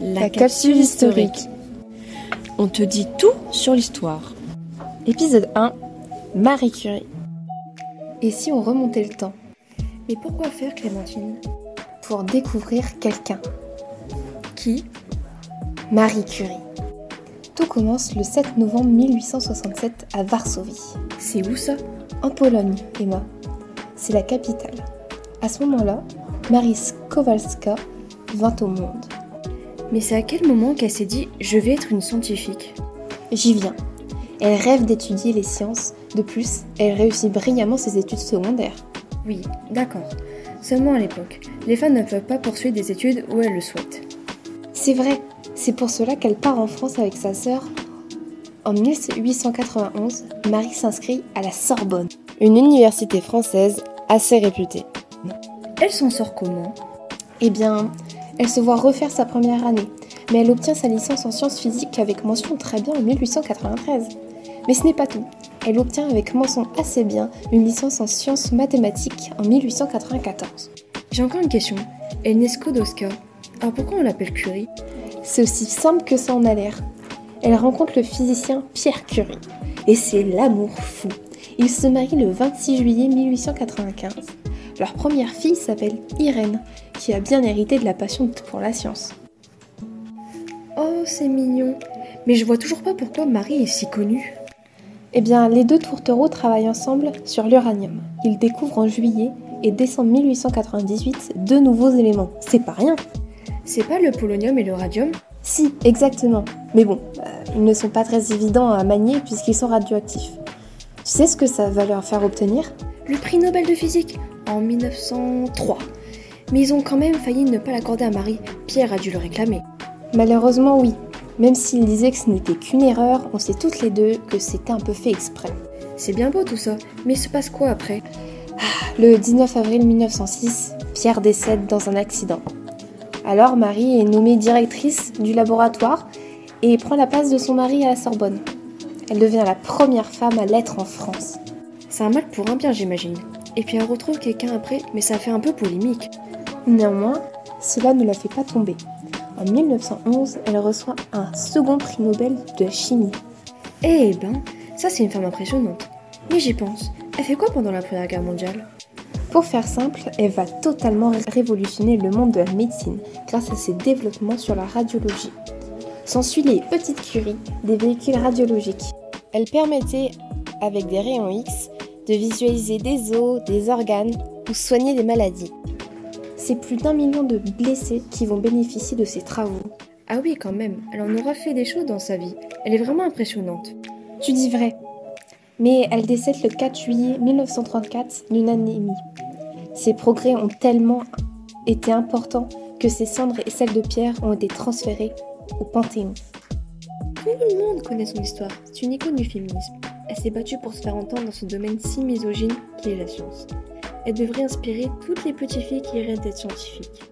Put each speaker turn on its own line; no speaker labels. La, capsule historique. On te dit tout sur l'histoire.
Épisode 1. Marie Curie.
Et si on remontait le temps
Mais pourquoi faire, Clémentine
Pour découvrir quelqu'un.
Qui
Marie Curie. Tout commence le 7 novembre 1867 à Varsovie.
C'est où ça
En Pologne, Emma. C'est la capitale. À ce moment-là, Marie Skowalska vint au monde.
Mais c'est à quel moment qu'elle s'est dit Je vais être une scientifique
J'y viens. Elle rêve d'étudier les sciences. De plus, elle réussit brillamment ses études secondaires.
Oui, d'accord. Seulement à l'époque, les femmes ne peuvent pas poursuivre des études où elles le souhaitent.
C'est vrai, c'est pour cela qu'elle part en France avec sa sœur. En 1891, Marie s'inscrit à la Sorbonne,
une université française assez réputée.
Elle s'en sort comment
Eh bien, elle se voit refaire sa première année, mais elle obtient sa licence en sciences physiques avec mention très bien en 1893. Mais ce n'est pas tout. Elle obtient avec mention assez bien une licence en sciences mathématiques en 1894.
J'ai encore une question. Elle n'est Skłodowska. Alors pourquoi on l'appelle Curie
C'est aussi simple que ça en a l'air. Elle rencontre le physicien Pierre Curie. Et c'est l'amour fou. Ils se marient le 26 juillet 1895. Leur première fille s'appelle Irène, qui a bien hérité de la passion pour la science.
Oh, c'est mignon. Mais je vois toujours pas pourquoi Marie est si connue.
Eh bien, les deux tourtereaux travaillent ensemble sur l'uranium. Ils découvrent en juillet et décembre 1898 deux nouveaux éléments. C'est pas rien.
C'est pas le polonium et le radium
Si, exactement. Mais bon, euh, ils ne sont pas très évidents à manier puisqu'ils sont radioactifs. Tu sais ce que ça va leur faire obtenir
Le prix Nobel de physique en 1903. Mais ils ont quand même failli ne pas l'accorder à Marie. Pierre a dû le réclamer.
Malheureusement, oui. Même s'ils disaient que ce n'était qu'une erreur, on sait toutes les deux que c'était un peu fait exprès.
C'est bien beau tout ça, mais se passe quoi après
Le 19 avril 1906, Pierre décède dans un accident. Alors Marie est nommée directrice du laboratoire et prend la place de son mari à la Sorbonne. Elle devient la première femme à l'être en France.
C'est un mal pour un bien, j'imagine. Et puis elle retrouve quelqu'un après, mais ça fait un peu polémique.
Néanmoins, cela ne la fait pas tomber. En 1911, elle reçoit un second prix Nobel de chimie.
Eh ben, ça c'est une femme impressionnante. Mais j'y pense, elle fait quoi pendant la Première Guerre mondiale
Pour faire simple, elle va totalement révolutionner le monde de la médecine grâce à ses développements sur la radiologie. S'ensuit les petites curies des véhicules radiologiques.
Elle permettait, avec des rayons X, de visualiser des os, des organes ou soigner des maladies
c'est plus d'un million de blessés qui vont bénéficier de ses travaux.
Ah oui, quand même, elle en aura fait des choses dans sa vie. Elle est vraiment impressionnante.
Tu dis vrai. Mais elle décède le 4 juillet 1934 d'une anémie. Ses progrès ont tellement été importants que ses cendres et celles de Pierre ont été transférées au Panthéon.
Tout le monde connaît son histoire, c'est une icône du féminisme. Elle s'est battue pour se faire entendre dans ce domaine si misogyne qui est la science elle devrait inspirer toutes les petites filles qui rêvent d'être scientifiques.